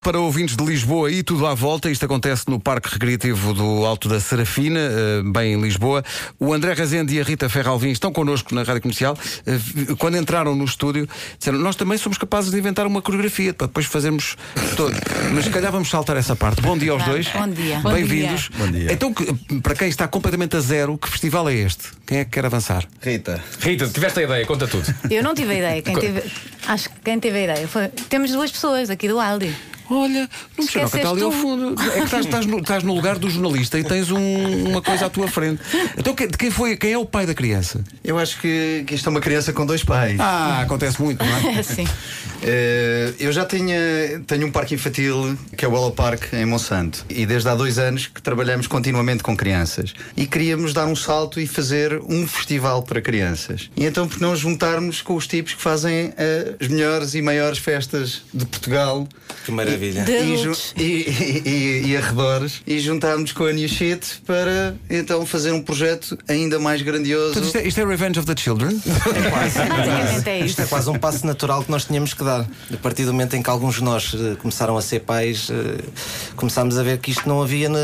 para ouvintes de Lisboa e tudo à volta. Isto acontece no Parque Recreativo do Alto da Serafina, eh, bem em Lisboa. O André Razende e a Rita Ferralvim estão connosco na Rádio Comercial. Eh, vi- Quando entraram no estúdio, disseram, nós também somos capazes de inventar uma coreografia para depois fazermos todos. Mas se calhar vamos saltar essa parte. Bom dia aos Vamos, dois. bom dia. Bom Bem-vindos. dia. Bom dia. Então, que- para quem está completamente a zero, que festival é este? Quem é que quer avançar? Rita. Rita, tiveste a ideia, conta tudo. Eu não tive a ideia. Quem teve, acho que quem teve a ideia foi. Temos duas pessoas aqui do Aldi. Olha, não me cheiro, Esqueceste está ali ao tu. fundo. É que estás, estás no, estás no lugar do jornalista e tens um- uma coisa à tua frente. Então, que- de quem, foi, quem é o pai da criança? Eu acho que, que isto é uma criança com dois pais. Ah, acontece muito, não é? Sim. Eh, eu já tinha, tenho um parque infantil que é o Ella Park em Monsanto e desde há dois anos que trabalhamos continuamente com crianças e queríamos dar um salto e fazer um festival para crianças e então por não juntarmos com os tipos que fazem eh, as melhores e maiores festas de Portugal Que maravilha. De e, ju- adultos. e, e, e- e arredores e juntarmos com a New Shit para então fazer um projeto ainda mais grandioso Portanto, isto, é, isto é Revenge of the Children. Basicamente é Isto isto. é quase um passo natural que nós tínhamos que dar. A partir do momento em que alguns de nós eh, começaram a ser pais, eh, começámos a ver que isto não havia. na-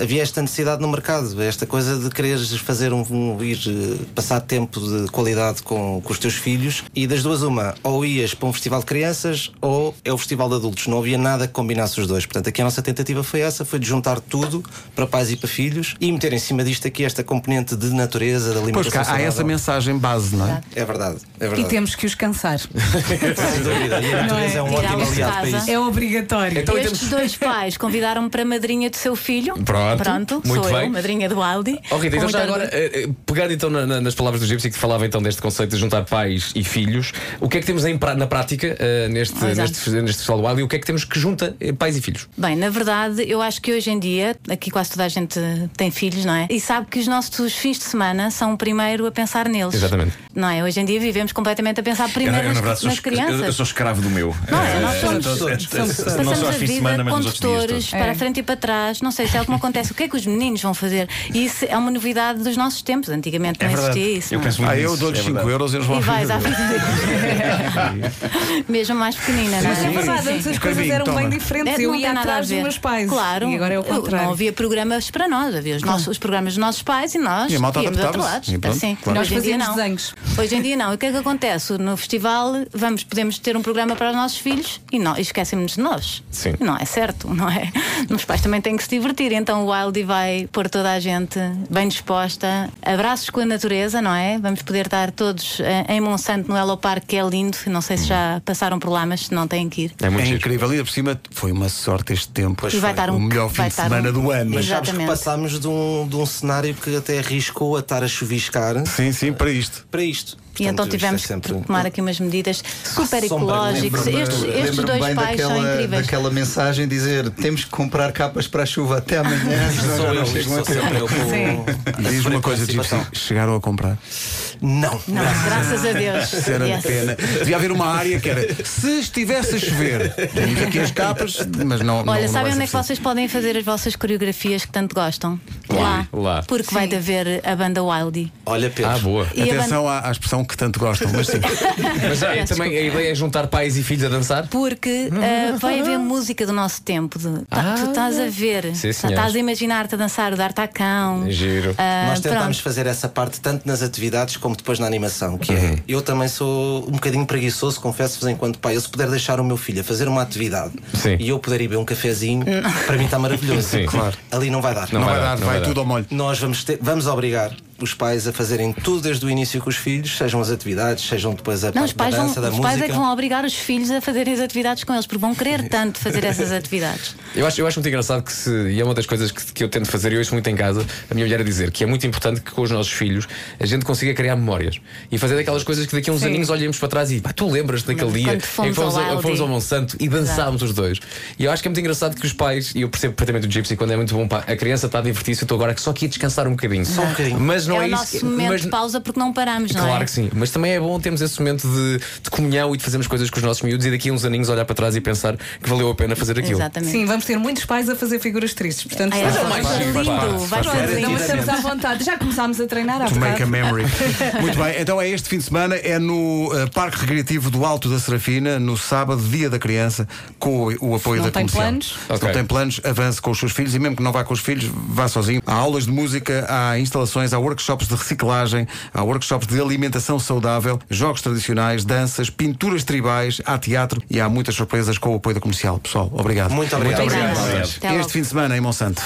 havia esta necessidade no mercado, esta coisa de quereres fazer um. um- ir eh, passar tempo de qualidade com, com os teus filhos. E das duas, uma, ou ias para um festival de crianças ou é o festival de adultos. Não havia nada que combinasse os dois. Portanto, aqui a nossa tentativa foi essa: foi de juntar tudo para pais e para filhos e meter em cima disto aqui esta componente de natureza, da alimentação. Pois cá, há essa saudável. mensagem base, não é? É verdade, é E verdade. temos que os cansar. Sem dúvida. E a natureza é, um Tirá-los ótimo de aliado para casa. isso. É obrigatório. Então, em Estes termos- dois pais convidaram-me para madrinha do seu filho. Pronto, muito sou bem. eu, madrinha do Aldi. Oh, Rita, então Com já muito agora, orgulho. eh, eh, pegando então na- na- nas palavras do Gipsy que falava então deste conceito de juntar pais e filhos, o que é que temos em pra- na prática eh, neste, Ah, Exato. neste, neste festival do Wild e o que é que temos que junta eh, pais e filhos? Bem, na verdade, eu acho que hoje em dia, aqui quase toda a gente tem filhos, não é? E sabe que os nossos fins de semana são o primeiro a pensar neles. Exatamente. Não é? Hoje em dia vivemos completamente a pensar Eu, primeiro eu, na nas, verdade, sou, nas crianças. eu, eu sou escravo do meu. Não, é, nós Eh, somos eh, todos, eh, somos eh, todos. Não Passamos só a aos fins de vida semana, mas nos outros dias. condutores todos. para É. a frente e para trás, não sei se algo me acontece. O que é que os meninos vão fazer? E isso é uma novidade dos nossos tempos. Antigamente não existia isso. Eu não é? penso muito Ah, eu nisso, dou-lhes é 5 verdade. euros e eles vão E vais à frente. Mesmo mais pequenina, não é? Mas é verdade, antes as coisas Escrevinho, eram bem toma. diferentes. É, Eu não ia tem nada a atrás dos ver. meus pais. Claro. E agora é o eu- Não contrário. havia programas para nós, havia os, nossos, os programas dos nossos pais e nós E a malta íamos a outro lado. adaptava-se. E pronto, Sim, claro. Nós hoje em dia fazíamos não. desenhos. Hoje em dia não. E o que é que acontece? No festival vamos, podemos ter um programa para os nossos filhos e, não- e esquecemos de nós. Sim. Não é certo, não é? Os pais também têm que se divertir. Então o Wildy vai pôr toda a gente bem disposta, abraços com a natureza, não é? Vamos poder estar todos eh, em Monsanto, no Elo Parque, que é lindo. Não sei se Hum. já passaram por lá, mas se não têm que ir. É É muito giro. incrível. E por cima, foi uma sorte este tempo. E vai estar um- o melhor fim vai de estar semana um- do ano. Mas sabes que Exatamente. passámos de um, de um cenário que até arriscou a estar a chuviscar Sim, sim, para isto. para isto. E então Portanto, isto tivemos é que sempre- tomar aqui umas medidas super Ah, sombra, ecológicas. lembro-me- Estes, estes Lembro-me dois bem pais daquela, são incríveis. daquela mensagem dizer temos que comprar capas para a chuva até amanhã. Isto senão um sou já eu, não isto chegam sou a tempo." sempre eu com- a Diz sofrer uma com coisa, tipo Gipsy. essa situação. Chegaram a comprar. assim, Não. Não, graças a Deus. Isso era Yes. de pena. Devia haver uma área que era se estivesse a chover. Temos aqui as capas, mas não. não- Olha, não sabem vai onde ser é que vocês podem fazer as vossas coreografias que tanto gostam? Lá. Lá. Porque vai de haver a banda Wildy. Olha, Pedro. Ah, boa. E a banda- Atenção à, à expressão que tanto gostam, mas sim. Mas aí também a ideia é juntar pais e filhos a dançar? Porque ah, vai haver música do nosso tempo. de- tá- tu estás a ver, Tá, Sim, senhor. estás a imaginar-te a dançar o D'Artacão. Giro. Ah, Nós pronto. tentámos fazer essa parte tanto nas atividades como depois na animação, que Uhum. é. Eu também sou um bocadinho preguiçoso, confesso-vos, enquanto pai. Eu, se puder deixar o meu filho a fazer uma atividade Sim. e eu puder ir beber um cafezinho, para mim está maravilhoso. Sim. Claro. Ali não vai dar. Não vai vai dar, dar, não vai vai tudo dar. ao molho. Nós vamos, ter- vamos obrigar os pais a fazerem tudo desde o início com os filhos, sejam as atividades, sejam depois a Não, parte os pais, da vão, dança, da os música. pais é que vão obrigar os filhos a fazerem as atividades com eles, porque vão querer tanto fazer essas atividades. Eu acho, eu acho muito engraçado que se. E é uma das coisas que, que eu tento fazer, e eu ouço muito em casa, a minha mulher a dizer que é muito importante que com os nossos filhos a gente consiga criar memórias e fazer daquelas coisas que daqui a uns Sim. aninhos olhamos para trás e pá, tu lembras daquele Lembro dia quando fomos em que fomos, ao a, Aldi. fomos ao Monsanto e dançámos os dois. E eu acho que é muito engraçado que os pais, e eu percebo perfeitamente o Gypsy, quando é muito bom, pá, a criança está a divertir-se, eu estou agora só aqui a descansar um bocadinho. Só um bocadinho. Mas mas não é, é o isso- nosso momento mas- de pausa porque não paramos, não Claro é? que sim, mas também é bom termos esse momento de, de comunhão e de fazermos coisas com os nossos miúdos e daqui a uns aninhos olhar para trás e pensar que valeu a pena fazer aquilo. Exatamente. Sim, vamos ter muitos pais a fazer figuras tristes. Portanto, Ai, faz- é mais giro, lindo, faz vai parte, faz ser parte. lindo. não, mas estamos à vontade. Já começámos a treinar há To make a bocado. memory. Muito bem, então é este fim de semana, é no eh, Parque Recreativo do Alto da Serafina, no sábado, dia da criança, com o, o apoio Não da tem comercial. planos? Se Ok. Não tem planos, avance com os seus filhos e mesmo que não vá com os filhos, vá sozinho. Há aulas de música, há instalações, há workshops de reciclagem, há workshops de alimentação saudável, jogos tradicionais, danças, pinturas tribais, há teatro e há muitas surpresas com o apoio da comercial. Pessoal, obrigado. Muito obrigado. Obrigada. obrigado. Até logo. Este fim de semana em Monsanto.